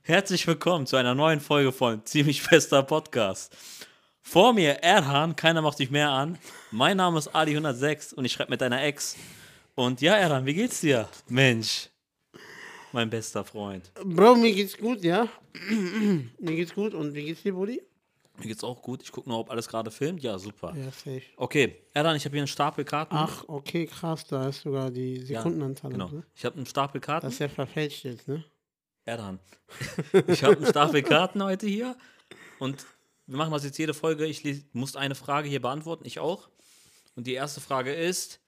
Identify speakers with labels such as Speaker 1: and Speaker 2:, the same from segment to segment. Speaker 1: Herzlich willkommen zu einer neuen Folge von Ziemlich Fester Podcast. Vor mir Erhan, keiner macht dich mehr an. Mein Name ist Ali106 und ich schreibe mit deiner Ex. Und ja, Erhan, wie geht's dir? Mensch, mein bester Freund.
Speaker 2: Bro, mir geht's gut, ja. mir geht's gut. Und wie geht's dir, Buddy?
Speaker 1: Mir geht's auch gut. Ich gucke nur, ob alles gerade filmt. Ja, super.
Speaker 2: Ja, safe.
Speaker 1: Okay, Erhan, ich habe hier einen Stapel Karten.
Speaker 2: Ach, okay, krass. Da ist sogar die
Speaker 1: Ja,
Speaker 2: Sekundenanzahl.
Speaker 1: Genau.
Speaker 2: Ah, Ne?
Speaker 1: Ich habe einen Stapel Karten.
Speaker 2: Das ist ja verfälscht jetzt, ne?
Speaker 1: Er dran. Ich habe einen Stapel Karten heute hier und wir machen das jetzt jede Folge. Ich les- muss eine Frage hier beantworten, ich auch. Und die erste Frage ist: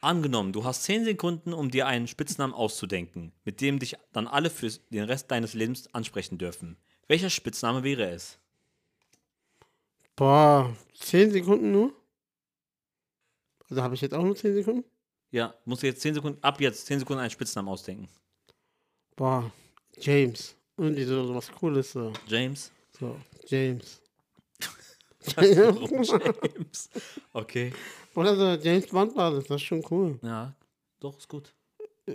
Speaker 1: Angenommen, du hast 10 Sekunden, um dir einen Spitznamen auszudenken, mit dem dich dann alle für den Rest deines Lebens ansprechen dürfen. Welcher Spitzname wäre es?
Speaker 2: Boah, 10 Sekunden nur? Also habe ich jetzt auch nur 10 Sekunden?
Speaker 1: Ja, musst du jetzt 10 Sekunden, ab jetzt 10 Sekunden einen Spitznamen ausdenken.
Speaker 2: Boah, James. Irgendwie so, so was Cooles. So,
Speaker 1: James?
Speaker 2: so James.
Speaker 1: James. Okay.
Speaker 2: Oder so James Bond war das. Das ist schon cool.
Speaker 1: Ja, doch, ist gut.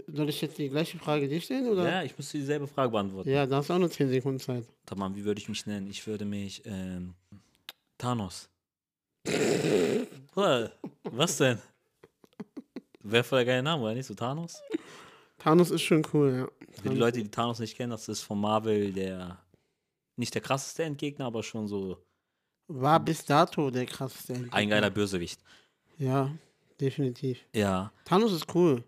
Speaker 2: Soll ich jetzt die gleiche Frage dir stellen? Oder?
Speaker 1: Ja, ich muss dieselbe Frage beantworten.
Speaker 2: Ja, da hast du auch nur 10 Sekunden Zeit.
Speaker 1: Tamam, wie würde ich mich nennen? Ich würde mich ähm, Thanos. Bruder, Was denn? Wäre voll der geile Name, oder nicht? So Thanos?
Speaker 2: Thanos ist schon cool, ja.
Speaker 1: Für die Leute, die Thanos nicht kennen, das ist von Marvel der nicht der krasseste Endgegner, aber schon so
Speaker 2: War bis dato der krasseste. Endgegner.
Speaker 1: ein geiler Bösewicht.
Speaker 2: Ja, definitiv.
Speaker 1: Ja.
Speaker 2: Thanos ist cool.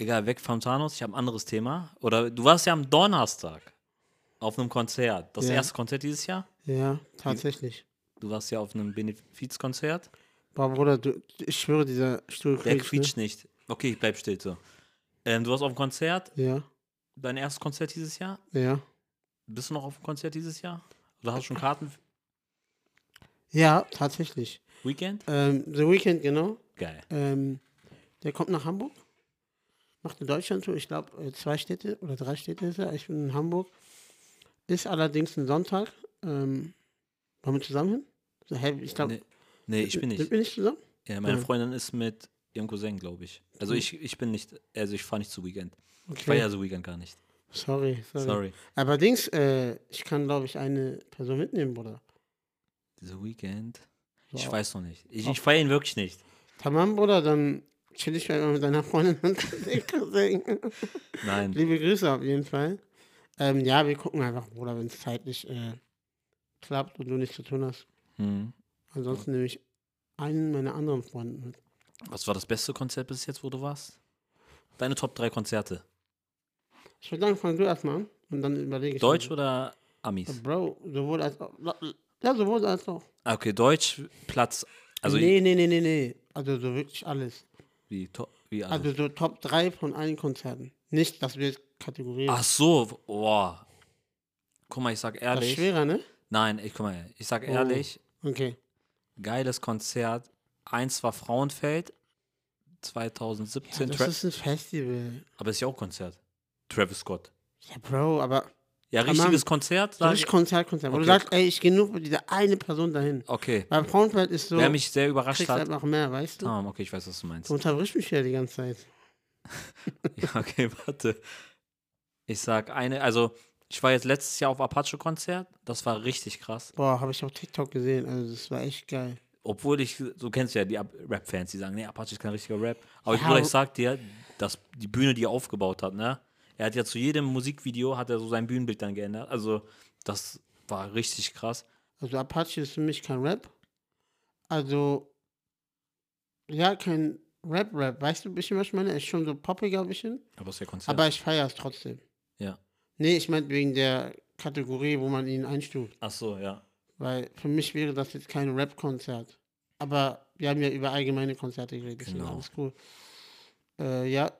Speaker 1: Egal, weg vom Thanos, ich habe ein anderes Thema. Oder du warst ja am Donnerstag auf einem Konzert. Das
Speaker 2: Ja.
Speaker 1: erste Konzert dieses Jahr.
Speaker 2: Ja, tatsächlich.
Speaker 1: Du warst ja auf einem Benefizkonzert.
Speaker 2: Boah, Bruder, du, ich schwöre, dieser Stuhl ne?
Speaker 1: Der
Speaker 2: quietscht.
Speaker 1: quietscht nicht. Okay, ich bleib still so. Ähm, du warst auf dem Konzert,
Speaker 2: Ne?
Speaker 1: dein erstes Konzert dieses Jahr?
Speaker 2: Ja, ja.
Speaker 1: Bist du noch auf dem Konzert dieses Jahr? Oder hast du schon Karten? für
Speaker 2: Ja, tatsächlich.
Speaker 1: Weekend?
Speaker 2: Ähm, The Weeknd, genau.
Speaker 1: Geil.
Speaker 2: Ähm, der kommt nach Hamburg. Macht eine Deutschlandtour. Ich glaube, zwei Städte oder drei Städte ist er. Ich bin in Hamburg. Ist allerdings ein Sonntag. Ähm, wollen wir zusammen hin? So, hä, ich glaube,
Speaker 1: Nee, nee, ich bin
Speaker 2: Sind
Speaker 1: nicht.
Speaker 2: wir nicht zusammen?
Speaker 1: Ja, meine
Speaker 2: Ja.
Speaker 1: Freundin ist mit ihrem Cousin, glaube ich. Also ich, ich bin nicht, also ich fahre nicht zu Weekend. Ich
Speaker 2: Okay.
Speaker 1: fahre ja zu Weekend gar nicht.
Speaker 2: sorry, sorry,
Speaker 1: Sorry.
Speaker 2: Aber Dings, äh, ich kann, glaube ich, eine Person mitnehmen, Bruder.
Speaker 1: The Weekend.
Speaker 2: So,
Speaker 1: Ich weiß noch nicht. Ich,
Speaker 2: Auch-
Speaker 1: ich feiere ihn wirklich nicht.
Speaker 2: Tamam, Bruder, dann chill ich mal mit deiner Freundin und singen.
Speaker 1: Nein.
Speaker 2: Liebe Grüße auf jeden Fall. Ähm, ja, wir gucken einfach, Bruder, wenn es zeitlich äh, klappt und du nichts zu tun hast.
Speaker 1: Hm.
Speaker 2: Ansonsten nehme ich einen meiner anderen Freunde mit.
Speaker 1: Was war das beste Konzert bis jetzt, wo du warst? Deine Top 3 Konzerte.
Speaker 2: Ich würde sagen, fang du erstmal an und dann überlege ich. Ähm.
Speaker 1: Deutsch
Speaker 2: mir.
Speaker 1: oder Amis?
Speaker 2: Bro, sowohl als auch. Ja, sowohl als auch.
Speaker 1: Ah, Okay, Deutsch, Platz. Also
Speaker 2: nee, nee, nee, nee, nee. Also so wirklich alles.
Speaker 1: wie, to, wie alles.
Speaker 2: Also so Top 3 von allen Konzerten. Nicht, dass wir kategorieren.
Speaker 1: Ach so, boah. Guck mal, ich sag
Speaker 2: das ist Oh.
Speaker 1: ehrlich.
Speaker 2: schwerer, ne?
Speaker 1: Nein, ich guck mal, ich sag ehrlich,
Speaker 2: Okay.
Speaker 1: geiles Konzert. Eins war Frauenfeld 2017,
Speaker 2: Das
Speaker 1: Tra-
Speaker 2: ist ein Festival.
Speaker 1: aber ist ja auch Konzert. Travis Scott.
Speaker 2: Ja, Bro, aber
Speaker 1: Ja,
Speaker 2: Tamam.
Speaker 1: richtiges Konzert.
Speaker 2: so
Speaker 1: Sag ich.
Speaker 2: richtig Konzert, Konzert. Wo du
Speaker 1: Okay.
Speaker 2: sagst, ey, ich gehe nur für diese eine Person dahin.
Speaker 1: Okay.
Speaker 2: Weil Frauenfeld ist so,
Speaker 1: Wer mich sehr überrascht
Speaker 2: kriegst
Speaker 1: hat. Ah.
Speaker 2: einfach mehr, weißt du?
Speaker 1: Tamam, okay, ich weiß, was du meinst.
Speaker 2: Du unterbrichst mich ja die ganze Zeit.
Speaker 1: Ja, okay, warte. Ich sag eine, also ich war jetzt letztes Jahr auf Apache-Konzert. Das war richtig krass.
Speaker 2: Boah, habe ich auf TikTok gesehen. Also das war echt geil.
Speaker 1: Obwohl ich, so kennst du ja die Ab- Rap-Fans, die sagen, nee, Apache ist kein richtiger Rap. Aber ich,
Speaker 2: Ja,
Speaker 1: Bruder,
Speaker 2: aber-
Speaker 1: ich sag dir, dass die Bühne, die er aufgebaut hat, ne? Er hat ja zu jedem Musikvideo, hat er so sein Bühnenbild dann geändert. Also, das war richtig krass.
Speaker 2: Also Apache ist für mich kein Rap. Also, ja, kein Rap-Rap. Weißt du ein bisschen, was ich meine? Er Ist schon so poppiger ein bisschen.
Speaker 1: Aber ist ja Konzert.
Speaker 2: Aber ich feiere es trotzdem.
Speaker 1: ja.
Speaker 2: Nee, ich meinte wegen der Kategorie, wo man ihn einstuft.
Speaker 1: Ach so, ja.
Speaker 2: Weil für mich wäre das jetzt kein Rap-Konzert. Aber wir haben ja über allgemeine Konzerte geredet, deswegen
Speaker 1: Genau.
Speaker 2: alles cool. Äh, ja,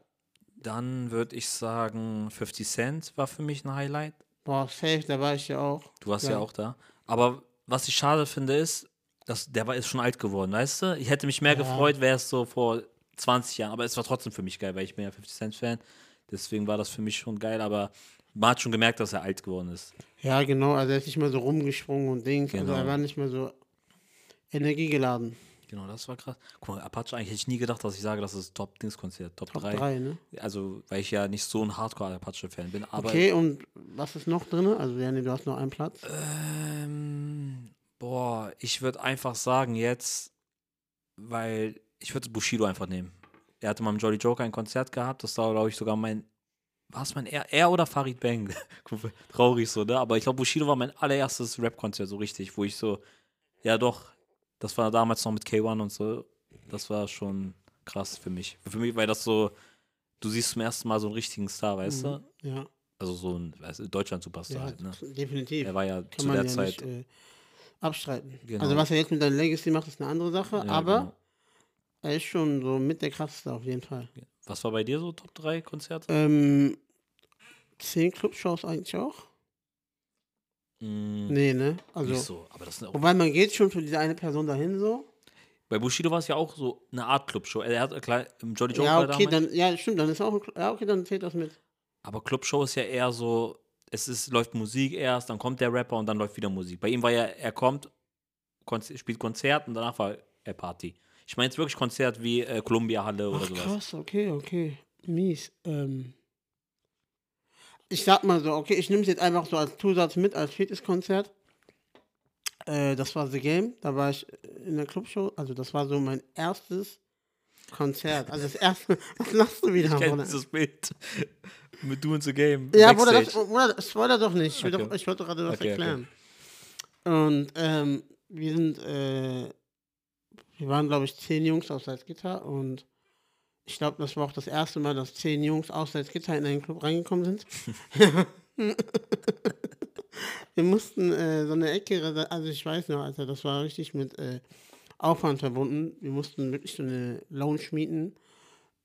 Speaker 1: Dann würde ich sagen, 50 Cent war für mich ein Highlight.
Speaker 2: boah, safe, da war ich ja auch.
Speaker 1: Du warst ja, auch da. Aber was ich schade finde, ist, dass der war ist schon alt geworden, weißt du? Ich hätte mich mehr
Speaker 2: Ja.
Speaker 1: gefreut, wäre es so vor 20 Jahren. Aber es war trotzdem für mich geil, weil ich bin ja 50 Cent Fan. Deswegen war das für mich schon geil. Aber man hat schon gemerkt, dass er alt geworden ist.
Speaker 2: Ja, genau, also er ist nicht mehr so rumgesprungen und Dings. Also
Speaker 1: Genau.
Speaker 2: er war nicht mehr so energiegeladen.
Speaker 1: Genau, das war krass. Guck mal, Apache, eigentlich hätte ich nie gedacht, dass ich sage, das ist Top-Dings-Konzert, Top,
Speaker 2: Top
Speaker 1: 3.
Speaker 2: 3, ne?
Speaker 1: Also, weil ich ja nicht so ein Hardcore-Apache-Fan bin, aber.
Speaker 2: Okay, und was ist noch drin? Also, ja, nee, du hast noch einen Platz.
Speaker 1: Ähm, boah, ich würde einfach sagen jetzt, weil ich würde Bushido einfach nehmen. Er hatte mal im Jolly Joker ein Konzert gehabt, das war, glaube ich, sogar mein. War es mein er, er oder Farid Bang? Traurig so, ne? Aber ich glaube, Bushido war mein allererstes Rap-Konzert, so richtig, wo ich so, ja doch, das war damals noch mit K1 und so. Das war schon krass für mich. Für mich, weil das so, du siehst zum ersten Mal so einen richtigen Star, weißt du?
Speaker 2: Ja,
Speaker 1: Also so ein weißt du, Deutschland-Superstar
Speaker 2: Mhm. ja
Speaker 1: halt, ne?
Speaker 2: definitiv.
Speaker 1: Er war ja
Speaker 2: Kann
Speaker 1: zu
Speaker 2: man
Speaker 1: der
Speaker 2: ja
Speaker 1: Zeit
Speaker 2: nicht äh, abstreiten.
Speaker 1: Genau.
Speaker 2: Also, was er jetzt mit deinem Legacy macht, ist eine andere Sache,
Speaker 1: Ja,
Speaker 2: aber
Speaker 1: genau.
Speaker 2: er ist schon so mit der krasseste auf jeden Fall.
Speaker 1: Was war bei dir so Top 3 Konzerte?
Speaker 2: Ähm, zehn Clubshows eigentlich auch?
Speaker 1: Mm,
Speaker 2: Nee, ne? Also,
Speaker 1: Nicht so, aber das sind auch.
Speaker 2: wobei man geht schon für diese eine Person dahin so.
Speaker 1: Bei Bushido war es ja auch so eine Art Clubshow. Er hat äh, klar, im Jolly Joker
Speaker 2: ja, okay,
Speaker 1: damals,
Speaker 2: dann, ja, stimmt, dann ist auch ein, Cl- ja, okay, dann zählt das mit.
Speaker 1: aber Clubshow ist ja eher so, es ist, läuft Musik erst, dann kommt der Rapper und dann läuft wieder Musik. Bei ihm war ja, er kommt, Konz spielt Konzert und danach war er Party. Ich meine jetzt wirklich Konzert wie äh, Columbia Halle oder
Speaker 2: Ach,
Speaker 1: sowas.
Speaker 2: krass, okay, okay. Mies. Ähm, ich sag mal so, okay, ich nehme es jetzt einfach so als Zusatz mit, als viertes Konzert. Äh, das war The Game, da war ich äh, in der Clubshow, also das war so mein erstes Konzert. Also das erste, was lachst du wieder,
Speaker 1: Ich kenn
Speaker 2: Bruder?
Speaker 1: dieses Bild mit Du und the Game.
Speaker 2: Ja, Bruder, das,
Speaker 1: Backstage.
Speaker 2: Bruder, das spoiler doch nicht. Ich, will
Speaker 1: Okay.
Speaker 2: doch, ich wollte gerade das
Speaker 1: Okay, okay.
Speaker 2: erklären. Und ähm, wir sind, äh, wir waren, glaube ich, zehn Jungs aus Salzgitter und ich glaube, das war auch das erste Mal, dass zehn Jungs aus Salzgitter in einen Club reingekommen sind. wir mussten äh, so eine Ecke, also ich weiß noch, Alter, das war richtig mit äh, Aufwand verbunden. Wir mussten wirklich so eine Lounge mieten,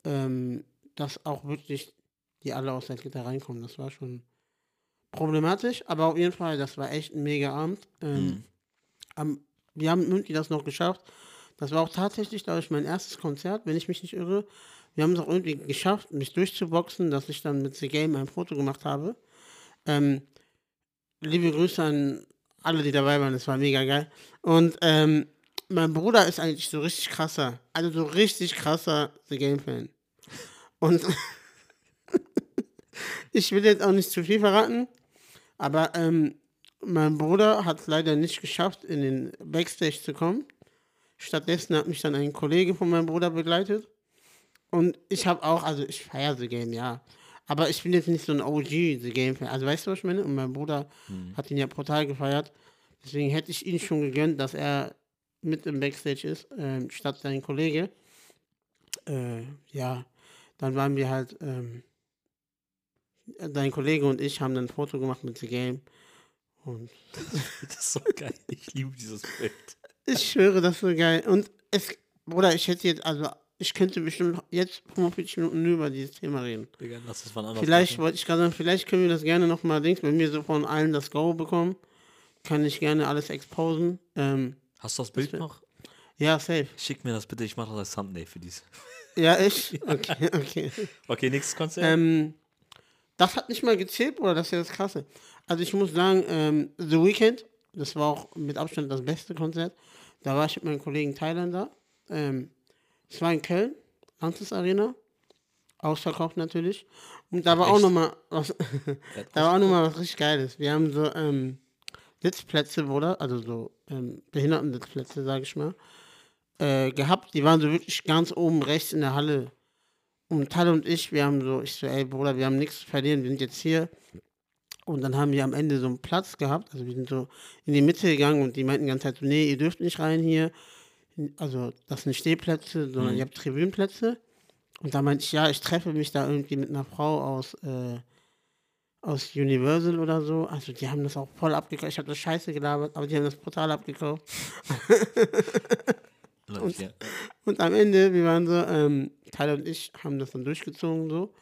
Speaker 2: ähm, dass auch wirklich die alle aus Salzgitter reinkommen. Das war schon problematisch, aber auf jeden Fall, das war echt ein mega Abend. Ähm,
Speaker 1: Mhm.
Speaker 2: am, wir haben in München das noch geschafft. Das war auch tatsächlich, glaube ich, mein erstes Konzert, wenn ich mich nicht irre. Wir haben es auch irgendwie geschafft, mich durchzuboxen, dass ich dann mit The Game ein Foto gemacht habe. Ähm, liebe Grüße an alle, die dabei waren, es war mega geil. Und ähm, mein Bruder ist eigentlich so richtig krasser, also so richtig krasser The Game-Fan. Und ich will jetzt auch nicht zu viel verraten, aber ähm, mein Bruder hat es leider nicht geschafft, in den Backstage zu kommen. Stattdessen hat mich dann ein Kollege von meinem Bruder begleitet. Und ich habe auch, also ich feiere The Game, ja. Aber ich bin jetzt nicht so ein OG The Game-Fan. Also weißt du, was ich meine? Und mein Bruder hat ihn ja brutal gefeiert. Deswegen hätte ich ihn schon gegönnt, dass er mit im Backstage ist, ähm, statt sein Kollege. Äh, ja, dann waren wir halt, ähm, dein Kollege und ich haben dann ein Foto gemacht mit The Game. Und
Speaker 1: Das ist so geil. Ich liebe dieses Bild.
Speaker 2: ich schwöre, das ist so geil. Und es, Bruder, ich hätte jetzt, also, ich könnte bestimmt jetzt 45 Minuten nur über dieses Thema reden.
Speaker 1: Digga, lass das mal anders
Speaker 2: Vielleicht wollte ich gerade sagen, vielleicht können wir das gerne nochmal links, wenn wir so von allen das Go bekommen, kann ich gerne alles exposen. Ähm,
Speaker 1: Hast du das Bild noch?
Speaker 2: ja, safe.
Speaker 1: Schick mir das bitte, ich mache das als Thumbnail für dies.
Speaker 2: Ja, ich? Okay, okay.
Speaker 1: Okay, nächstes Konzert.
Speaker 2: Ähm, das hat nicht mal gezählt, Bruder, das ist ja das Krasse. Also ich muss sagen, ähm, The Weeknd, das war auch mit Abstand das beste Konzert. Da war ich mit meinem Kollegen Thailänder. Ähm, es war in Köln, Lanxess Arena. Ausverkauft natürlich. Und da war auch
Speaker 1: Echt?
Speaker 2: nochmal was,
Speaker 1: Er hat
Speaker 2: da war auch nochmal was richtig Geiles. Wir haben so ähm, Sitzplätze, Bruder, also so ähm, Behindertensitzplätze, sage ich mal, äh, gehabt. Die waren so wirklich ganz oben rechts in der Halle. Und Tal und ich, wir haben so, ich so, ey Bruder, wir haben nichts zu verlieren, wir sind jetzt hier. Und dann haben wir am Ende so einen Platz gehabt, also wir sind so in die Mitte gegangen und die meinten die ganze Zeit so, nee, ihr dürft nicht rein hier. Also das sind Stehplätze, sondern ihr habt Tribünenplätze. Und da meinte ich, ja, ich treffe mich da irgendwie mit einer Frau aus, äh, aus Universal oder so. Also die haben das auch voll abgekauft. Ich habe das scheiße gelabert, aber die haben das brutal abgekauft.
Speaker 1: läuft, ja.
Speaker 2: Und am Ende, wir waren so, ähm, Tyler und ich haben das dann durchgezogen so.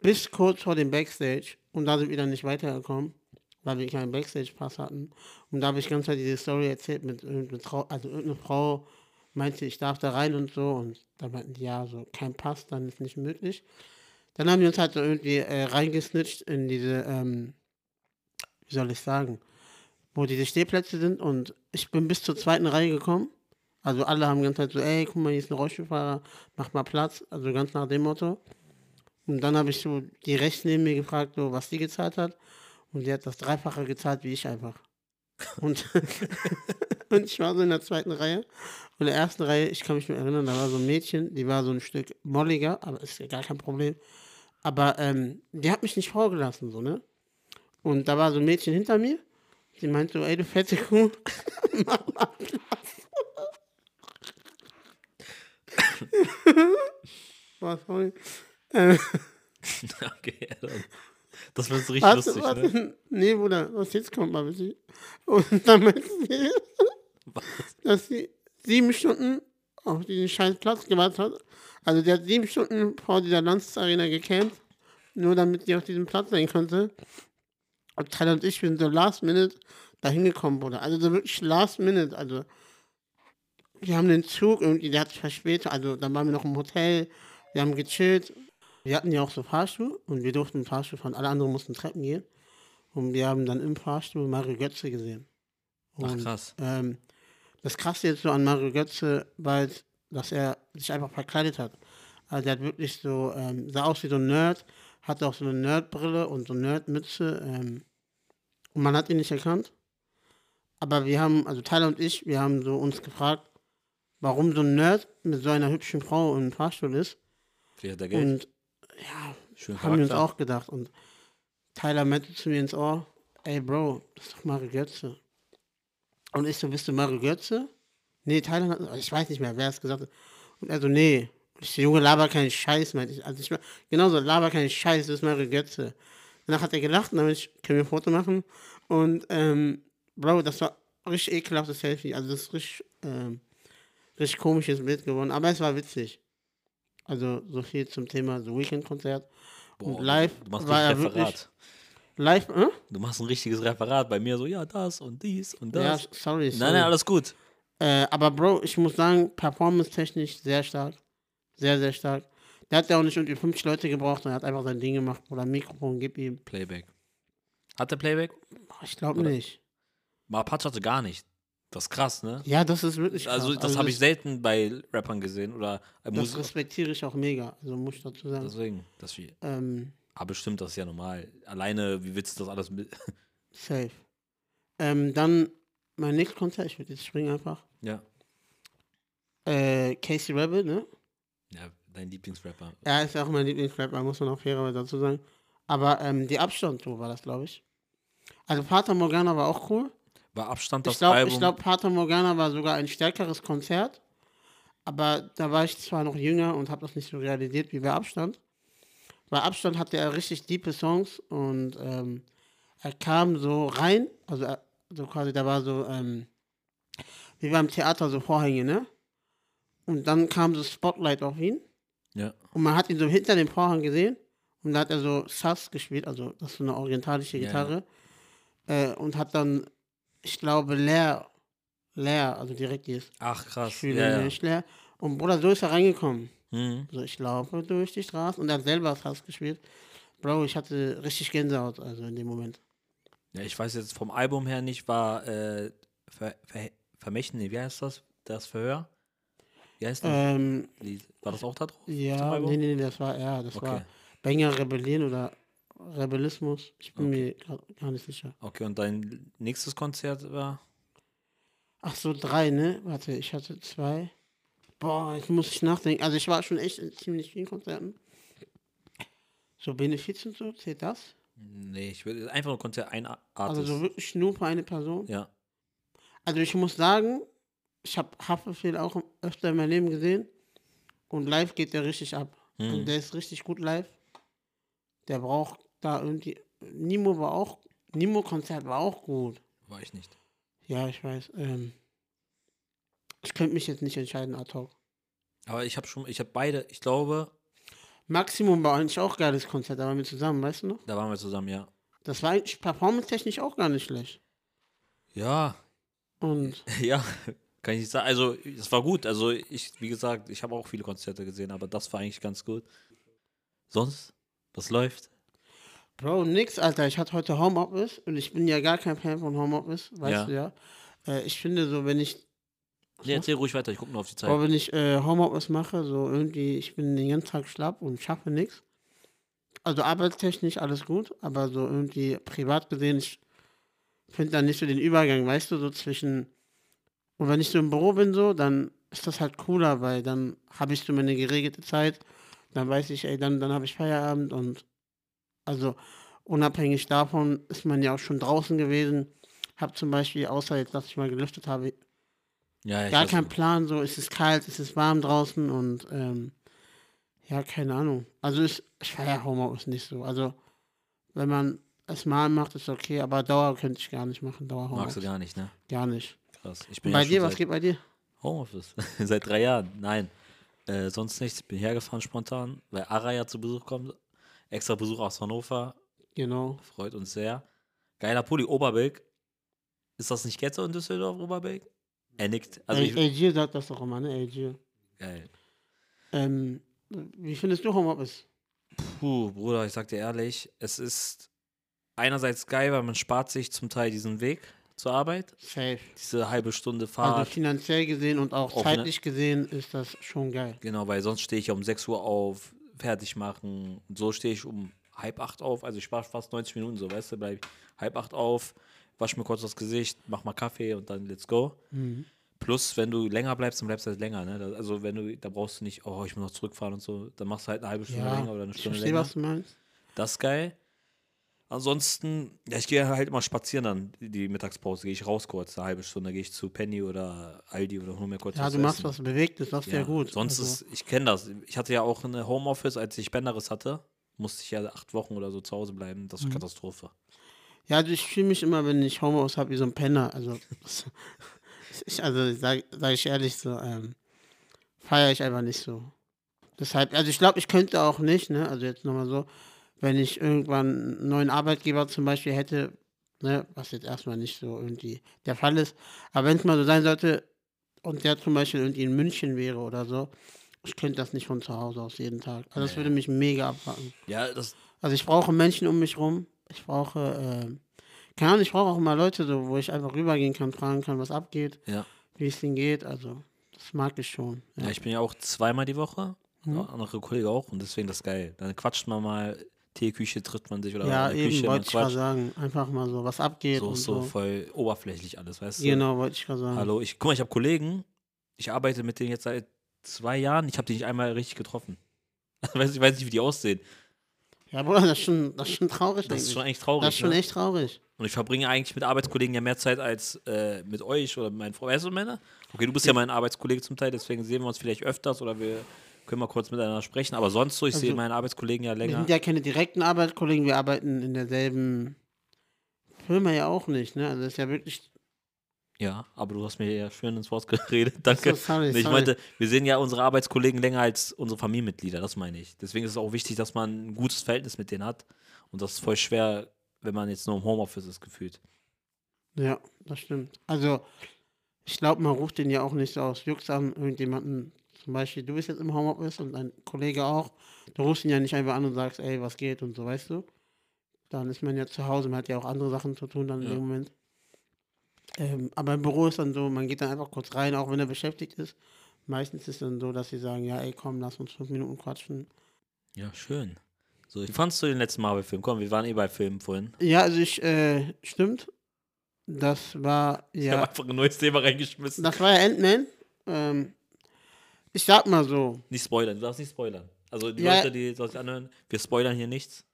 Speaker 2: Bis kurz vor dem Backstage. Und da sind wir dann nicht weitergekommen, weil wir keinen Backstage-Pass hatten. Und da habe ich ganz Zeit diese Story erzählt mit irgendeiner Frau, also irgendeine Frau meinte, ich darf da rein und so. Und da meinten die, ja, so kein Pass, dann ist nicht möglich. Dann haben wir uns halt so irgendwie äh, reingesnitcht in diese, ähm, wie soll ich sagen, wo diese Stehplätze sind. Und ich bin bis zur zweiten Reihe gekommen Also alle haben die ganze Zeit so, ey, guck mal, hier ist ein Rollstuhlfahrer, mach mal Platz. Also ganz nach dem Motto. Und dann habe ich so die rechts neben mir gefragt, so, was die gezahlt hat. Und die hat das Dreifache gezahlt wie ich einfach. Und, und ich war so in der zweiten Reihe. Und in der ersten Reihe, ich kann mich nur erinnern, da war so ein Mädchen, die war so ein Stück molliger, aber ist ja gar kein Problem. Aber ähm, die hat mich nicht vorgelassen, so, ne? Und da war so ein Mädchen hinter mir, die meinte so, ey, du fette Kuh, mach mal Platz. Boah, sorry. Ähm,
Speaker 1: okay, ja, dann- das wird so richtig
Speaker 2: warte,
Speaker 1: lustig,
Speaker 2: warte.
Speaker 1: ne?
Speaker 2: Nee, Bruder, was jetzt kommt, mal bitte. Und dann meinte sie, dass sie sieben Stunden auf diesen scheiß Platz gewartet hat. Also die hat sieben Stunden vor dieser Lanz-Arena gecampt, nur damit die auf diesem Platz sein konnte. Und Tyler und ich sind so last minute dahin gekommen, Bruder. Also so wirklich last minute, also wir haben den Zug irgendwie, der hat sich verspätet, also dann waren wir noch im Hotel, wir haben gechillt. Wir hatten ja auch so Fahrstuhl und wir durften im Fahrstuhl fahren, alle anderen mussten Treppen gehen. Und wir haben dann im Fahrstuhl Mario Götze gesehen.
Speaker 1: Ach
Speaker 2: Und,
Speaker 1: krass.
Speaker 2: Ähm, das Krasse jetzt so an Mario Götze war, jetzt, dass er sich einfach verkleidet hat. Also er hat wirklich so, ähm, sah aus wie so ein Nerd, hatte auch so eine Nerdbrille und so eine Nerdmütze. Ähm, und man hat ihn nicht erkannt. Aber wir haben, also Tyler und ich, wir haben so uns gefragt, warum so ein Nerd mit so einer hübschen Frau im Fahrstuhl ist.
Speaker 1: Vielleicht hat er Geld.
Speaker 2: Und ja,
Speaker 1: Schön
Speaker 2: haben wir uns
Speaker 1: Charakter.
Speaker 2: auch gedacht. Und Tyler meinte zu mir ins Ohr, ey Bro, das ist doch Mario Götze. Und ich so, bist du Mario Götze? Nee, Tyler, hat- ich weiß nicht mehr, wer es gesagt hat. Und er so, nee. Und Ich so, Junge, laber keinen Scheiß, meinte ich. Also ich genauso, laber keinen Scheiß, das ist Mario Götze. Danach hat er gelacht und dann meinte ich, können wir ein Foto machen? Und ähm, Bro, das war richtig ekelhaftes Selfie. Also das ist richtig, ähm, richtig komisches Bild geworden. Aber es war witzig. Also so viel zum Thema so Weekend-Konzert.
Speaker 1: Boah,
Speaker 2: live
Speaker 1: Oh, du machst
Speaker 2: war
Speaker 1: ein
Speaker 2: er
Speaker 1: Referat.
Speaker 2: wirklich- Live, äh?
Speaker 1: Du machst ein richtiges Referat bei mir, so, ja, das und dies und
Speaker 2: Ja,
Speaker 1: das.
Speaker 2: sorry. sorry.
Speaker 1: nein, nein, alles gut.
Speaker 2: Äh, aber Bro, ich muss sagen, performance-technisch sehr stark. Sehr, sehr stark. Der hat ja auch nicht irgendwie 50 Leute gebraucht, sondern er hat einfach sein Ding gemacht. Oder Mikrofon, gib ihm.
Speaker 1: Playback. Hat der Playback?
Speaker 2: Boah, Ich glaube
Speaker 1: Oder-
Speaker 2: nicht.
Speaker 1: Mal Apache hatte gar nicht. Das ist krass, ne?
Speaker 2: Ja, das ist wirklich.
Speaker 1: Also,
Speaker 2: krass.
Speaker 1: das habe ich selten bei Rappern gesehen oder äh,
Speaker 2: Das, das
Speaker 1: Musikern.
Speaker 2: respektiere ich auch mega. Also, muss ich dazu sagen.
Speaker 1: Deswegen, das wie.
Speaker 2: ähm,
Speaker 1: Aber bestimmt, das ist ja normal. Alleine, wie willst du das alles mit.
Speaker 2: safe. Ähm, dann mein nächstes Konzert. Ich würde jetzt springen einfach.
Speaker 1: ja.
Speaker 2: Äh, Casey Rebel, ne?
Speaker 1: ja, dein Lieblingsrapper.
Speaker 2: Er ist auch mein Lieblingsrapper, muss man auch fairerweise dazu sagen. Aber ähm, die Abstandtour war das, glaube ich. Also Pater Morgana war auch cool.
Speaker 1: War Abstand das
Speaker 2: Ich glaube,
Speaker 1: Album.
Speaker 2: ich glaub, Pater Morgana war sogar ein stärkeres Konzert. Aber da war ich zwar noch jünger und habe das nicht so realisiert wie bei Abstand. Bei Abstand hatte er richtig diepe Songs und ähm, er kam so rein, also er, so quasi, da war so, ähm, wie beim Theater, so Vorhänge, ne? Und dann kam so Spotlight auf ihn.
Speaker 1: ja.
Speaker 2: Und man hat ihn so hinter dem Vorhang gesehen. Und da hat er so Sass gespielt, also das ist so eine orientalische
Speaker 1: Ja,
Speaker 2: Gitarre. Äh, und hat dann, ich glaube, leer, leer, also direkt dieses
Speaker 1: Ach, krass.
Speaker 2: Gefühl
Speaker 1: Ja, ja.
Speaker 2: ne, nicht leer. Und Bruder, so ist er reingekommen.
Speaker 1: Hm.
Speaker 2: So, ich laufe durch die Straße und er hat selber Sass gespielt. Bro, ich hatte richtig Gänsehaut, also in dem Moment.
Speaker 1: ja, ich weiß jetzt vom Album her nicht, war äh, Ver Ver Vermächtnis, nee, wie heißt das? Das Verhör? Wie heißt das?
Speaker 2: Ähm,
Speaker 1: Lied? War Hm. das auch da drauf? Zum
Speaker 2: ja,
Speaker 1: Album?
Speaker 2: nee, nee, nee, das war er, das
Speaker 1: Okay.
Speaker 2: war Banger Rebellion oder Rebellismus. Ich bin
Speaker 1: Okay.
Speaker 2: mir grad gar nicht sicher.
Speaker 1: Okay, und dein nächstes Konzert war?
Speaker 2: Ach so, drei, ne? Warte, ich hatte zwei. Boah, jetzt muss ich nachdenken. Also ich war schon echt in ziemlich vielen Konzerten. So Benefiz und so, zählt das?
Speaker 1: Nee, ich will einfach nur Konzert ein Artist.
Speaker 2: Also so wirklich nur für eine Person.
Speaker 1: ja.
Speaker 2: Also ich muss sagen, ich habe Haftbefehl auch öfter in meinem Leben gesehen. Und live geht der richtig ab.
Speaker 1: Hm.
Speaker 2: Und der ist richtig gut live. Der braucht da irgendwie. Nimo war auch. Nimo-Konzert war auch gut.
Speaker 1: War ich nicht.
Speaker 2: Ja, ich weiß. Ähm, ich könnte mich jetzt nicht entscheiden, ad hoc.
Speaker 1: Aber ich habe schon, ich habe beide, ich glaube,
Speaker 2: Maximum war eigentlich auch geiles Konzert, da waren wir zusammen, weißt du noch?
Speaker 1: da waren wir zusammen, ja.
Speaker 2: Das war eigentlich performance-technisch auch gar nicht schlecht.
Speaker 1: Ja,
Speaker 2: Und
Speaker 1: ja, kann ich nicht sagen. Also, es war gut. Also, ich, wie gesagt, ich habe auch viele Konzerte gesehen, aber das war eigentlich ganz gut. Sonst, was läuft?
Speaker 2: Bro, nix, Alter. Ich hatte heute Homeoffice und ich bin ja gar kein Fan von Homeoffice, weißt
Speaker 1: Ja.
Speaker 2: du ja. Äh, ich finde so, wenn ich
Speaker 1: Nee, erzähl ruhig weiter, ich gucke nur auf die Zeit.
Speaker 2: Aber wenn ich äh, Homeoffice mache, so irgendwie, ich bin den ganzen Tag schlapp und schaffe nichts. Also arbeitstechnisch alles gut, aber so irgendwie privat gesehen, ich finde dann nicht so den Übergang, weißt du, so zwischen. Und wenn ich so im Büro bin, so, dann ist das halt cooler, weil dann habe ich so meine geregelte Zeit, dann weiß ich, ey, dann, dann habe ich Feierabend und also unabhängig davon ist man ja auch schon draußen gewesen. Hab zum Beispiel, außer jetzt, dass ich mal gelüftet habe,
Speaker 1: ja, ja, ich
Speaker 2: gar
Speaker 1: weiß
Speaker 2: kein
Speaker 1: nicht.
Speaker 2: Plan, so ist es kalt, ist es warm draußen und ähm, ja, keine Ahnung. Also ist, ich feiere Homeoffice nicht so. Also wenn man es mal macht, ist okay, aber Dauer könnte ich gar nicht machen, Dauer
Speaker 1: Magst du
Speaker 2: Homeoffice.
Speaker 1: gar nicht, ne?
Speaker 2: Gar nicht.
Speaker 1: Krass. Ich bin
Speaker 2: Bei
Speaker 1: ja
Speaker 2: dir,
Speaker 1: schon
Speaker 2: was
Speaker 1: seit
Speaker 2: geht bei dir?
Speaker 1: Homeoffice. seit drei Jahren. Nein. Äh, sonst nichts. Bin hergefahren spontan, weil Ara ja zu Besuch kommt. Extra Besuch aus Hannover.
Speaker 2: Genau.
Speaker 1: Freut uns sehr. Geiler Pulli, Oberbeck. Ist das nicht Getze in Düsseldorf, Oberbeck? Er nickt. Also
Speaker 2: Also
Speaker 1: ich,
Speaker 2: LG sagt das doch immer, ne? LG.
Speaker 1: geil.
Speaker 2: Ähm, wie findest du Homeoffice?
Speaker 1: Puh, Bruder, ich sag dir ehrlich, es ist einerseits geil, weil man spart sich zum Teil diesen Weg zur Arbeit.
Speaker 2: Safe.
Speaker 1: Diese halbe Stunde Fahrt.
Speaker 2: Also finanziell gesehen und auch
Speaker 1: Auch, Ah, ne?
Speaker 2: zeitlich gesehen ist das schon geil.
Speaker 1: Genau, weil sonst stehe ich ja um 6 Uhr auf, fertig machen. Und so stehe ich um halb acht auf. Also ich spare fast 90 Minuten so, weißt du, bei halb acht auf, wasch mir kurz das Gesicht, mach mal Kaffee und dann let's go. Plus, wenn du länger bleibst, dann bleibst du halt länger. Ne? Da- Also wenn du, da brauchst du nicht, oh, ich muss noch zurückfahren und so, dann machst du halt eine halbe Stunde länger oder eine
Speaker 2: ich
Speaker 1: Stunde
Speaker 2: verstehe,
Speaker 1: länger.
Speaker 2: was du meinst.
Speaker 1: Das ist geil. Ansonsten, ja, ich gehe halt immer spazieren dann, die Mittagspause, gehe ich raus kurz, eine halbe Stunde, gehe ich zu Penny oder Aldi oder hol mir kurz
Speaker 2: Ja,
Speaker 1: was
Speaker 2: du
Speaker 1: zu
Speaker 2: machst
Speaker 1: essen.
Speaker 2: was Bewegtes, das ist ja, gut.
Speaker 1: Sonst
Speaker 2: Also-
Speaker 1: ist, ich kenne das. Ich hatte ja auch eine Homeoffice, als ich Bänderriss hatte, musste ich ja acht Wochen oder so zu Hause bleiben. Das ist
Speaker 2: Mhm.
Speaker 1: eine Katastrophe.
Speaker 2: Ja, also ich fühle mich immer, wenn ich Homeoffice habe, wie so ein Penner. Also, ich, also sage sag ich ehrlich, so ähm, feiere ich einfach nicht so. Deshalb, also ich glaube, ich könnte auch nicht, ne? Also jetzt nochmal so, wenn ich irgendwann einen neuen Arbeitgeber zum Beispiel hätte, ne, was jetzt erstmal nicht so irgendwie der Fall ist. Aber wenn es mal so sein sollte, und der zum Beispiel irgendwie in München wäre oder so, ich könnte das nicht von zu Hause aus jeden Tag. Also das
Speaker 1: Nee.
Speaker 2: würde mich mega abfacken.
Speaker 1: Ja, das,
Speaker 2: Also ich brauche Menschen um mich rum. Ich brauche, ähm, keine Ahnung, ich brauche auch mal Leute, so, wo ich einfach rübergehen kann, fragen kann, was abgeht,
Speaker 1: ja.
Speaker 2: wie es denen geht. Also das mag ich schon. Ja. Mhm.
Speaker 1: ja. Ich bin ja auch zweimal die Woche, ja, andere Kollege auch, und deswegen das ist geil. Dann quatscht man mal, Teeküche trifft man sich oder
Speaker 2: ja,
Speaker 1: in der
Speaker 2: eben
Speaker 1: Küche, man
Speaker 2: wollte ich gerade
Speaker 1: quatscht.
Speaker 2: sagen. Einfach mal so, was abgeht
Speaker 1: So,
Speaker 2: und
Speaker 1: so
Speaker 2: so.
Speaker 1: voll oberflächlich alles, weißt du?
Speaker 2: Genau, wollte ich gerade sagen.
Speaker 1: Hallo, ich, guck mal, ich habe Kollegen, ich arbeite mit denen jetzt seit zwei Jahren, ich habe die nicht einmal richtig getroffen. Weiß- Ich weiß nicht, wie die aussehen.
Speaker 2: Ja, Bruder, das ist schon, das ist schon traurig.
Speaker 1: Das ist schon
Speaker 2: eigentlich.
Speaker 1: eigentlich traurig.
Speaker 2: das ist schon
Speaker 1: ne?
Speaker 2: echt traurig.
Speaker 1: Und ich verbringe eigentlich mit Arbeitskollegen ja mehr Zeit als äh, mit euch oder mit meinen Freunden. Weißt du, Männer? Okay, du bist ja mein Arbeitskollege zum Teil, deswegen sehen wir uns vielleicht öfters oder wir können mal kurz miteinander sprechen. Aber sonst so, ich sehe
Speaker 2: Also,
Speaker 1: meinen Arbeitskollegen ja
Speaker 2: Wir
Speaker 1: länger.
Speaker 2: sind ja keine direkten Arbeitskollegen, wir arbeiten in derselben Firma ja auch nicht, ne? Also das ist ja wirklich.
Speaker 1: Ja, aber du hast mir ja schön ins Wort geredet. Danke.
Speaker 2: So, sorry,
Speaker 1: Nee, ich
Speaker 2: sorry.
Speaker 1: meinte, wir sehen ja unsere Arbeitskollegen länger als unsere Familienmitglieder, das meine ich. Deswegen ist es auch wichtig, dass man ein gutes Verhältnis mit denen hat. Und das ist voll schwer, wenn man jetzt nur im Homeoffice ist, gefühlt.
Speaker 2: Ja, das stimmt. Also, ich glaube, man ruft den ja auch nicht so aus Jux an, irgendjemanden. Zum Beispiel, du bist jetzt im Homeoffice und dein Kollege auch. Du rufst ihn ja nicht einfach an und sagst, ey, was geht und so, weißt du? Dann ist man ja zu Hause, man hat ja auch andere Sachen zu tun dann
Speaker 1: Ja.
Speaker 2: in dem Moment. Ähm, aber im Büro ist dann so, man geht dann einfach kurz rein, auch wenn er beschäftigt ist. Meistens ist dann so, dass sie sagen, ja, ey, komm, lass uns fünf Minuten quatschen.
Speaker 1: Ja, schön. So, ich fandst du den letzten Marvel-Film? Komm, wir waren eh bei Filmen vorhin.
Speaker 2: Ja, also ich, äh, stimmt. Das war,
Speaker 1: Ich
Speaker 2: ja.
Speaker 1: habe einfach ein neues Thema reingeschmissen.
Speaker 2: Das war ja Ant-Man. Ähm, ich sag mal so,
Speaker 1: Nicht spoilern, du darfst nicht spoilern. Also die
Speaker 2: Ja.
Speaker 1: Leute, die das sich anhören, wir spoilern hier nichts.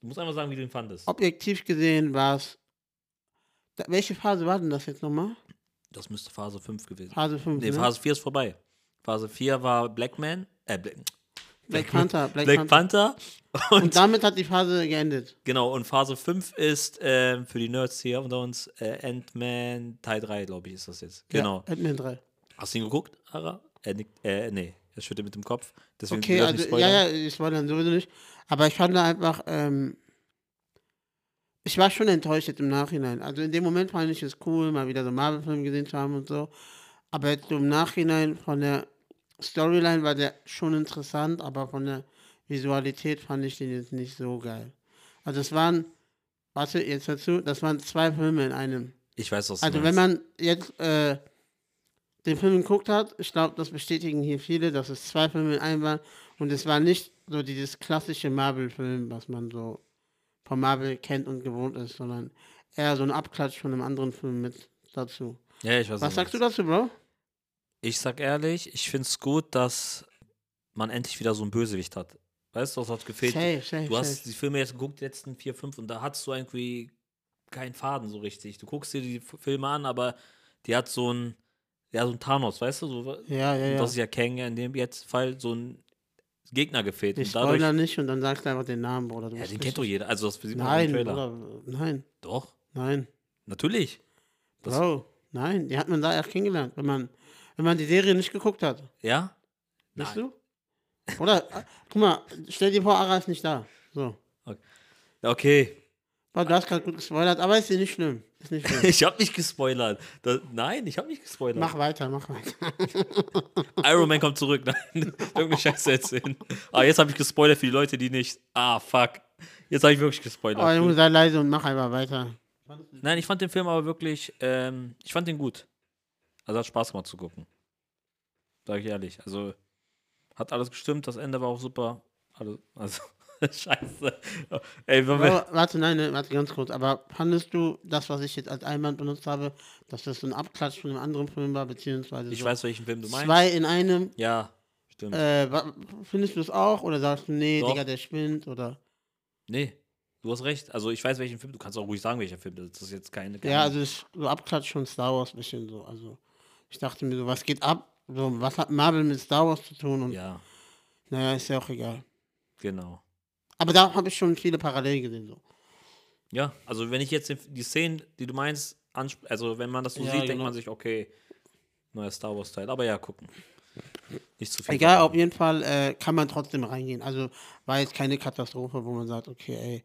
Speaker 1: Du musst einfach sagen, wie du ihn fandest.
Speaker 2: objektiv gesehen war es. Da- Welche Phase war denn das jetzt nochmal?
Speaker 1: Das müsste Phase 5 gewesen sein.
Speaker 2: Phase 5.
Speaker 1: Nee,
Speaker 2: ne?
Speaker 1: Phase 4 ist vorbei. Phase 4 war Black Man, äh, Black,
Speaker 2: Black Panther. Black,
Speaker 1: Black
Speaker 2: Panther.
Speaker 1: Panther.
Speaker 2: Und damit hat die Phase geendet.
Speaker 1: Genau, und Phase 5 ist ähm, für die Nerds hier unter uns äh, Ant-Man Teil 3, glaube ich, ist das jetzt. Genau.
Speaker 2: Ja, Ant-Man 3.
Speaker 1: Hast du ihn geguckt, Ara? Er nickt, äh, nee, er schüttelt mit dem Kopf. Deswegen wir
Speaker 2: Okay,
Speaker 1: dürfen nicht
Speaker 2: also,
Speaker 1: spoilern.
Speaker 2: ja, ja, ich war dann sowieso nicht. Aber ich fand da einfach, ähm, ich war schon enttäuscht jetzt im Nachhinein. Also in dem Moment fand ich es cool, mal wieder so einen Marvel-Film gesehen zu haben und so. Aber jetzt so im Nachhinein von der Storyline war der schon interessant, aber von der Visualität fand ich den jetzt nicht so geil. Also es waren, warte, jetzt dazu, das waren zwei Filme in einem.
Speaker 1: Ich weiß, was du
Speaker 2: Also
Speaker 1: meinst.
Speaker 2: wenn man jetzt äh, den Film geguckt hat, ich glaube, das bestätigen hier viele, dass es zwei Filme in einem waren und es war nicht so dieses klassische Marvel-Film, was man so von Marvel kennt und gewohnt ist, sondern eher so ein Abklatsch von einem anderen Film mit dazu.
Speaker 1: Ja, ich weiß
Speaker 2: Was sagst du dazu, Bro?
Speaker 1: Ich sag ehrlich, ich find's gut, dass man endlich wieder so einen Bösewicht hat. Weißt du, das hat gefehlt.
Speaker 2: Safe, safe,
Speaker 1: du hast
Speaker 2: safe.
Speaker 1: die Filme jetzt geguckt, die letzten vier, fünf, und da hattest du irgendwie keinen Faden so richtig. Du guckst dir die F- Filme an, aber die hat so ein, ja, so ein Thanos, weißt du? So,
Speaker 2: Ja, ja, ja.
Speaker 1: Das ist ja Kang in dem jetzt Fall so ein Gegner gefehlt.
Speaker 2: Ich
Speaker 1: und dadurch,
Speaker 2: spoiler nicht und dann sagst du einfach den Namen, Bruder. Du
Speaker 1: ja,
Speaker 2: bist
Speaker 1: den kennt doch
Speaker 2: richtig-
Speaker 1: jeder. Also das sieht man auch im
Speaker 2: Nein,
Speaker 1: Trailer.
Speaker 2: Bruder, nein,
Speaker 1: Doch,
Speaker 2: nein.
Speaker 1: natürlich. Das-
Speaker 2: Bro, nein, die hat man da erst kennengelernt, wenn man, wenn man die Serie nicht geguckt hat.
Speaker 1: Ja?
Speaker 2: Bist
Speaker 1: Nein.
Speaker 2: du? Oder, äh, guck mal, stell dir vor, Ara ist nicht da. So.
Speaker 1: Ja, Okay.
Speaker 2: Boah, du hast gerade gut gespoilert, aber ist ja nicht schlimm. Ist nicht schlimm.
Speaker 1: Ich habe nicht gespoilert. Das, nein, ich habe nicht gespoilert.
Speaker 2: mach weiter, mach weiter.
Speaker 1: Iron Man kommt zurück. Nein, irgendeine Scheiße erzählen. Ah, jetzt habe ich gespoilert für die Leute, die nicht. Ah, fuck. Jetzt habe ich wirklich gespoilert.
Speaker 2: Aber Oh, Junge, sei leise und mach einfach weiter.
Speaker 1: Nein, ich fand den Film aber wirklich. Ähm, ich fand den gut. Also hat Spaß gemacht zu gucken. Sag ich ehrlich. Also hat alles gestimmt. Das Ende war auch super. Also, also Scheiße. Ey, wenn wir,
Speaker 2: Bro, warte, nein, nein, warte ganz kurz. Aber fandest du das, was ich jetzt als Einwand benutzt habe, dass das so ein Abklatsch von einem anderen Film war, beziehungsweise
Speaker 1: ich
Speaker 2: so
Speaker 1: weiß, welchen Film du meinst.
Speaker 2: also zwei in einem?
Speaker 1: Ja, stimmt.
Speaker 2: Äh, wa- findest du das auch? Oder sagst du, nee,
Speaker 1: Doch.
Speaker 2: Digga, der spinnt? Oder.
Speaker 1: Nee, du hast recht. Also ich weiß, welchen Film. Du kannst auch ruhig sagen, welcher Film. Das ist jetzt keine. keine
Speaker 2: Ja, also ich, so Abklatsch von Star Wars ein bisschen so. Also ich dachte mir so, was geht ab? So, was hat Marvel mit Star Wars zu tun? Und
Speaker 1: ja,
Speaker 2: naja, ist ja auch egal.
Speaker 1: genau.
Speaker 2: Aber da habe ich schon viele Parallelen gesehen. So.
Speaker 1: Ja, also wenn ich jetzt den- die Szenen, die du meinst, ansp also wenn man das so
Speaker 2: Ja,
Speaker 1: sieht, denkt
Speaker 2: genau.
Speaker 1: man sich, okay, neuer Star Wars Teil. Aber ja, gucken. Nicht zu viel.
Speaker 2: Egal, auf
Speaker 1: verraten.
Speaker 2: jeden Fall äh, kann man trotzdem reingehen. Also war jetzt keine Katastrophe, wo man sagt, okay, ey,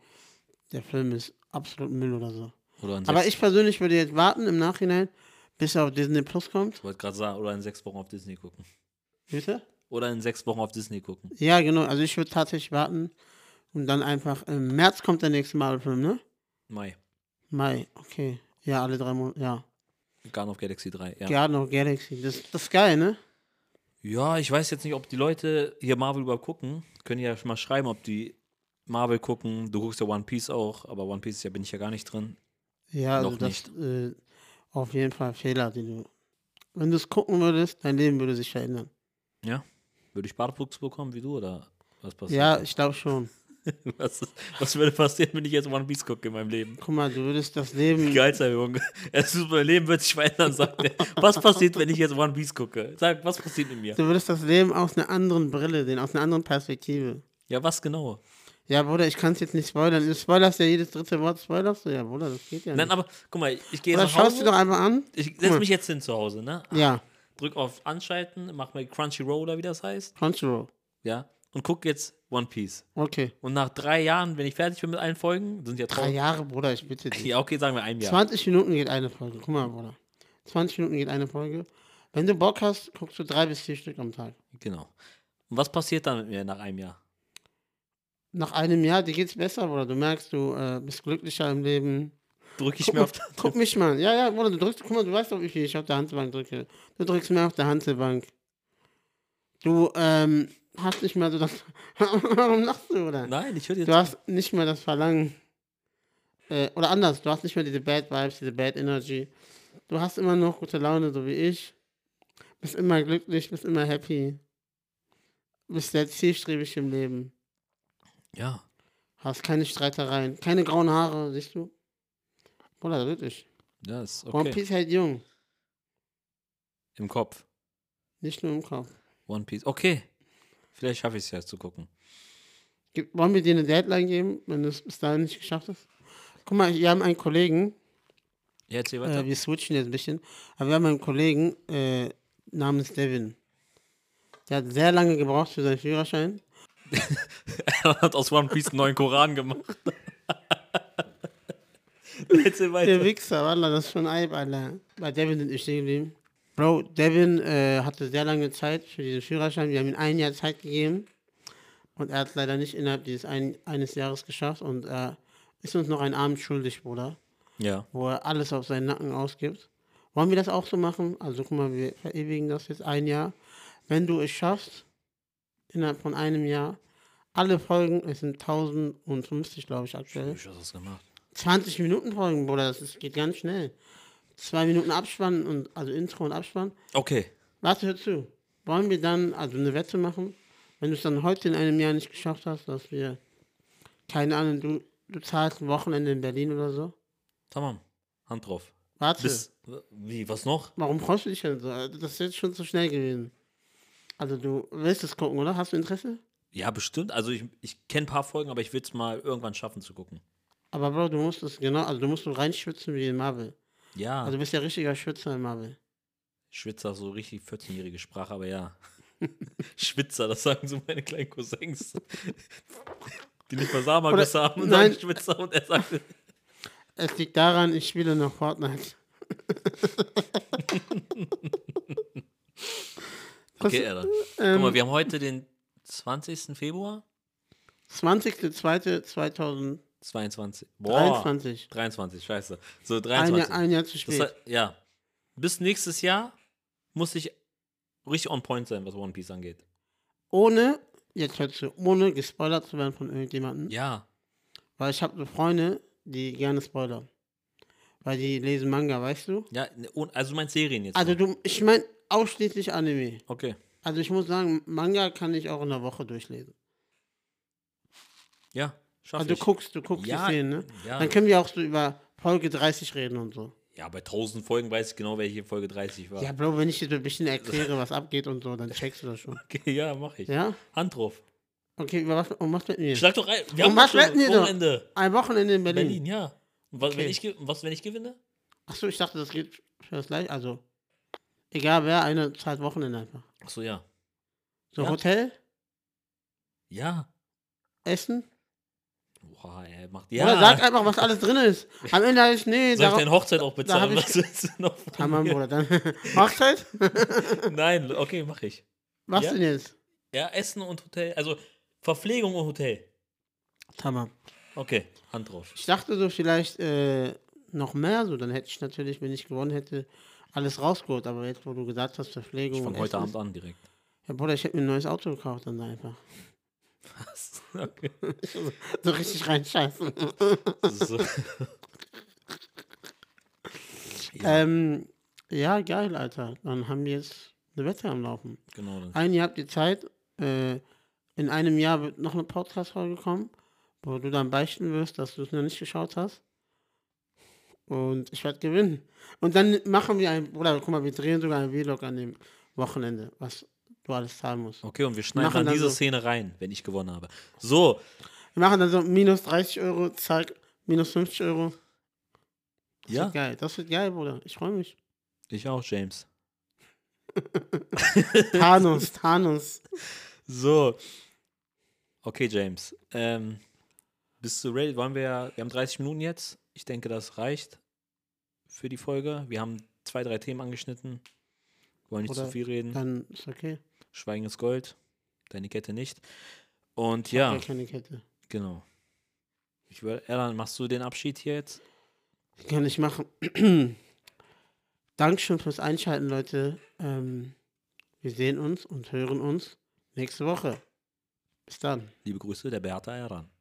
Speaker 2: der Film ist absolut Müll oder so.
Speaker 1: Oder in
Speaker 2: Aber
Speaker 1: sechs,
Speaker 2: ich persönlich würde jetzt warten im Nachhinein, bis er auf Disney Plus kommt.
Speaker 1: ich wollte gerade sagen, oder in sechs Wochen auf Disney gucken.
Speaker 2: Bitte?
Speaker 1: Oder in sechs Wochen auf Disney gucken.
Speaker 2: Ja, genau. Also ich würde tatsächlich warten und dann einfach im März kommt der nächste Marvel-Film, ne?
Speaker 1: Mai.
Speaker 2: Mai, okay. Ja, alle drei Monate, ja.
Speaker 1: Garden of Galaxy 3. Ja. ja.
Speaker 2: Guardian of Galaxy. Das, das ist geil, ne?
Speaker 1: ich weiß jetzt nicht, ob die Leute hier Marvel überhaupt gucken. Können ja schon mal schreiben, ob die Marvel gucken. Du guckst ja One Piece auch, aber One Piece ja bin ich ja gar nicht drin.
Speaker 2: Ja, also
Speaker 1: Noch
Speaker 2: das
Speaker 1: nicht.
Speaker 2: Äh, auf jeden Fall Fehler, den du. Wenn du es gucken würdest, dein Leben würde sich verändern.
Speaker 1: Würde ich Bartwuchs bekommen wie du oder was passiert?
Speaker 2: Ja, ich glaube schon.
Speaker 1: Was, was würde passieren, wenn ich jetzt One Piece gucke in meinem Leben?
Speaker 2: Guck mal, du würdest das Leben.
Speaker 1: Gehaltserhöhung. Es ist, mein Leben wird sich verändern, sagt er. Was passiert, wenn ich jetzt One Piece gucke? Sag, was passiert mit mir?
Speaker 2: Du würdest das Leben aus einer anderen Brille sehen, aus einer anderen Perspektive.
Speaker 1: Ja, was genau?
Speaker 2: Ja, Bruder, ich kann es jetzt nicht spoilern. Du spoilerst ja jedes dritte Wort, spoilerst du ja, Bruder, das geht ja nicht.
Speaker 1: Nein, aber guck mal, ich gehe
Speaker 2: Oder
Speaker 1: nach
Speaker 2: schaust du doch
Speaker 1: Hause.
Speaker 2: einfach an?
Speaker 1: Ich setze mich jetzt hin zu Hause, ne?
Speaker 2: Ja,
Speaker 1: Drück auf Anschalten, mach mal Crunchyroll oder wie das heißt.
Speaker 2: Crunchyroll.
Speaker 1: Ja. Und guck jetzt One Piece.
Speaker 2: Okay.
Speaker 1: Und nach drei Jahren, wenn ich fertig bin mit allen Folgen, sind ja
Speaker 2: Drei
Speaker 1: drei.
Speaker 2: Jahre, Bruder, ich bitte dich.
Speaker 1: Ja, okay, sagen wir ein Jahr.
Speaker 2: 20 Minuten geht eine Folge. Guck mal, Bruder. 20 Minuten geht eine Folge. Wenn du Bock hast, guckst du drei bis vier Stück am Tag.
Speaker 1: Genau. Und was passiert dann mit mir nach einem Jahr?
Speaker 2: Nach einem Jahr, dir geht's besser, Bruder. Du merkst, du äh, bist glücklicher im Leben.
Speaker 1: Drücke ich
Speaker 2: Guck,
Speaker 1: mir
Speaker 2: mal,
Speaker 1: auf.
Speaker 2: guck mich mal. an. Ja, ja, Bruder, du drückst, guck mal, du weißt doch, wie viel ich auf der Handelbank drücke. Du drückst mehr auf der Handelbank. Du ähm, hast nicht mehr so das. Warum lachst du, Bruder?
Speaker 1: Nein, ich höre
Speaker 2: Du
Speaker 1: jetzt.
Speaker 2: hast nicht mehr das Verlangen. Äh, oder anders, du hast nicht mehr diese Bad Vibes, diese Bad Energy. Du hast immer noch gute Laune, so wie ich. Bist immer glücklich, bist immer happy. Bist sehr zielstrebig im Leben.
Speaker 1: Ja.
Speaker 2: Hast keine Streitereien, keine grauen Haare, siehst du? Bruder, wirklich.
Speaker 1: Ja, ist
Speaker 2: One
Speaker 1: okay.
Speaker 2: Piece hält jung,
Speaker 1: Im Kopf.
Speaker 2: nicht nur im Kopf.
Speaker 1: One Piece. Okay. Vielleicht schaffe ich es ja zu gucken.
Speaker 2: Gibt, wollen wir dir eine Deadline geben, wenn du es bis dahin nicht geschafft hast? Guck mal, wir haben einen Kollegen,
Speaker 1: Ja, erzähl weiter.
Speaker 2: Äh, wir switchen jetzt ein bisschen. Aber wir haben einen Kollegen äh, namens Devin. Der hat sehr lange gebraucht für seinen Führerschein.
Speaker 1: Er hat aus One Piece einen neuen Koran gemacht. erzähl
Speaker 2: Der
Speaker 1: weiter.
Speaker 2: Wichser, Wallah, das ist schon Eib, Alter. Bei Devin sind ich stehen geblieben. Bro, Devin äh, hatte sehr lange Zeit für diesen Führerschein. Wir haben ihm ein Jahr Zeit gegeben. Und er hat es leider nicht innerhalb dieses ein, eines Jahres geschafft. Und äh, er ist uns noch einen Abend schuldig, Bruder.
Speaker 1: Ja.
Speaker 2: Wo er alles auf seinen Nacken ausgibt. Wollen wir das auch so machen? Also guck mal, wir verewigen das jetzt ein Jahr. Wenn du es schaffst, innerhalb von einem Jahr, alle Folgen, es sind 1050, glaube ich, aktuell.
Speaker 1: Ich hast das gemacht.
Speaker 2: 20 Minuten Folgen, Bruder, das ist, geht ganz schnell. Zwei Minuten Abspann und also Intro und Abspann.
Speaker 1: Okay.
Speaker 2: Warte, hör zu. Wollen wir dann also eine Wette machen? Wenn du es dann heute in einem Jahr nicht geschafft hast, dass wir, keine Ahnung, du, du zahlst ein Wochenende in Berlin oder so.
Speaker 1: Tamam. Hand drauf.
Speaker 2: Warte,
Speaker 1: Bis. Wie, was noch?
Speaker 2: warum freust du dich denn so? Also, Das ist jetzt schon zu schnell gewesen. Also du willst es gucken, oder? Hast du Interesse?
Speaker 1: Ja, bestimmt. Also ich, ich kenne ein paar Folgen, aber ich will es mal irgendwann schaffen zu gucken.
Speaker 2: Aber Bro, du musst es genau, also du musst so reinschwitzen wie in Marvel.
Speaker 1: Ja.
Speaker 2: Also du bist ja richtiger Schwitzer in Marvel.
Speaker 1: Schwitzer, so richtig 14-jährige Sprache, aber ja. Schwitzer, das sagen so meine kleinen Cousins. Die nicht mal Samagus
Speaker 2: Oder-
Speaker 1: haben und
Speaker 2: nein.
Speaker 1: sagen Schwitzer und er sagt.
Speaker 2: Es liegt daran, ich spiele noch Fortnite.
Speaker 1: Okay, Alter.
Speaker 2: ähm,
Speaker 1: Guck mal, wir haben heute den 20. Februar
Speaker 2: 20.02.2023.
Speaker 1: 22. Boah. 23, scheiße. So,
Speaker 2: Ein Jahr,
Speaker 1: 23.
Speaker 2: ein Jahr zu
Speaker 1: das
Speaker 2: spät.
Speaker 1: hat, ja. Bis nächstes Jahr muss ich richtig on point sein, was One Piece angeht.
Speaker 2: ohne, jetzt hörst du, ohne gespoilert zu werden von irgendjemandem.
Speaker 1: Ja.
Speaker 2: Weil ich habe so Freunde, die gerne spoilern. Weil die lesen Manga, weißt du?
Speaker 1: Ja, ne, ohne- also du meinst Serien jetzt.
Speaker 2: Also
Speaker 1: noch.
Speaker 2: du, ich meine ausschließlich Anime.
Speaker 1: okay.
Speaker 2: Also ich muss sagen, Manga kann ich auch in der Woche durchlesen.
Speaker 1: Ja, schaff
Speaker 2: Also du
Speaker 1: ich.
Speaker 2: guckst, du guckst
Speaker 1: Ja,
Speaker 2: die Szenen, ne?
Speaker 1: ja.
Speaker 2: Dann können wir auch so über Folge 30 reden und so.
Speaker 1: Ja, bei 1000 Folgen weiß ich genau, welche Folge 30 war.
Speaker 2: Ja, Bro, wenn ich dir so ein bisschen erkläre, was abgeht und so, dann checkst du das schon.
Speaker 1: Okay, ja, mach ich.
Speaker 2: Ja?
Speaker 1: Hand drauf.
Speaker 2: Okay, über was, um was mit mir?
Speaker 1: Schlag doch rein. Wir
Speaker 2: Und
Speaker 1: haben
Speaker 2: was
Speaker 1: doch schon
Speaker 2: wetten wir
Speaker 1: am
Speaker 2: doch?
Speaker 1: Wochenende.
Speaker 2: Ein Wochenende in Berlin.
Speaker 1: Berlin, ja. Und was, wenn
Speaker 2: Okay.
Speaker 1: ich, ge- was, wenn ich gewinne?
Speaker 2: Achso, ich dachte, das geht für das gleiche. Also, egal wer, eine zahlt Wochenende einfach.
Speaker 1: Achso, ja.
Speaker 2: So,
Speaker 1: Ja.
Speaker 2: Hotel,
Speaker 1: Ja.
Speaker 2: Essen.
Speaker 1: Boah, ey, macht ja.
Speaker 2: Oder sag einfach, was alles drin ist. Am Ende heißt,
Speaker 1: Soll
Speaker 2: nee,
Speaker 1: ich
Speaker 2: darauf.
Speaker 1: deine Hochzeit auch
Speaker 2: hab
Speaker 1: bezahlen?
Speaker 2: ich-
Speaker 1: Was willst du noch von
Speaker 2: Tamam,
Speaker 1: mir?
Speaker 2: Bruder, dann. Hochzeit?
Speaker 1: Nein, okay, mach ich.
Speaker 2: Was
Speaker 1: Ja.
Speaker 2: denn jetzt?
Speaker 1: Ja, Essen und Hotel. Also Verpflegung und Hotel.
Speaker 2: Tamam.
Speaker 1: Okay, Hand drauf.
Speaker 2: Ich dachte so, vielleicht äh, noch mehr, so, dann hätte ich natürlich, wenn ich gewonnen hätte, alles rausgeholt. Aber jetzt, wo du gesagt hast, Verpflegung.
Speaker 1: Von
Speaker 2: und
Speaker 1: heute
Speaker 2: Essen
Speaker 1: Abend an direkt.
Speaker 2: ist- Ja, Bruder, ich hätte mir ein neues Auto gekauft, dann einfach.
Speaker 1: Was? Okay.
Speaker 2: So richtig reinscheißen.
Speaker 1: Das ist so. ja,
Speaker 2: Ähm, ja, geil, Alter. Dann haben wir jetzt eine Wette am Laufen.
Speaker 1: genau. Dann.
Speaker 2: Ein Jahr habt ihr Zeit. Äh, in einem Jahr wird noch eine Podcast-Folge kommen, wo du dann beichten wirst, dass du es noch nicht geschaut hast. Und ich werde gewinnen. Und dann machen wir ein, oder guck mal, wir drehen sogar ein Vlog an dem Wochenende, was du alles zahlen musst.
Speaker 1: Okay, und wir schneiden
Speaker 2: Machen
Speaker 1: dann
Speaker 2: dann
Speaker 1: diese
Speaker 2: so-
Speaker 1: Szene rein, wenn ich gewonnen habe. So,
Speaker 2: Wir machen dann so minus 30 Euro, zack, minus 50 Euro. Das
Speaker 1: ja.
Speaker 2: wird geil. Das wird geil, Bruder. Ich freue mich.
Speaker 1: Ich auch, James.
Speaker 2: Thanos, Thanos.
Speaker 1: So. Okay, James. Ähm, bist du ready? Wollen wir, wir haben 30 Minuten jetzt. Ich denke, das reicht für die Folge. Wir haben zwei, drei Themen angeschnitten. Wollen nicht
Speaker 2: Oder-
Speaker 1: zu viel reden.
Speaker 2: Dann ist okay.
Speaker 1: Schweigen ist Gold. Deine Kette nicht. Und ja,
Speaker 2: Gar keine Kette.
Speaker 1: genau. Ich würde, Erlan, machst du den Abschied hier jetzt?
Speaker 2: Kann ich machen. Dankeschön fürs Einschalten, Leute. Ähm, wir sehen uns und hören uns nächste Woche. Bis dann.
Speaker 1: Liebe Grüße, der Beata Erlan.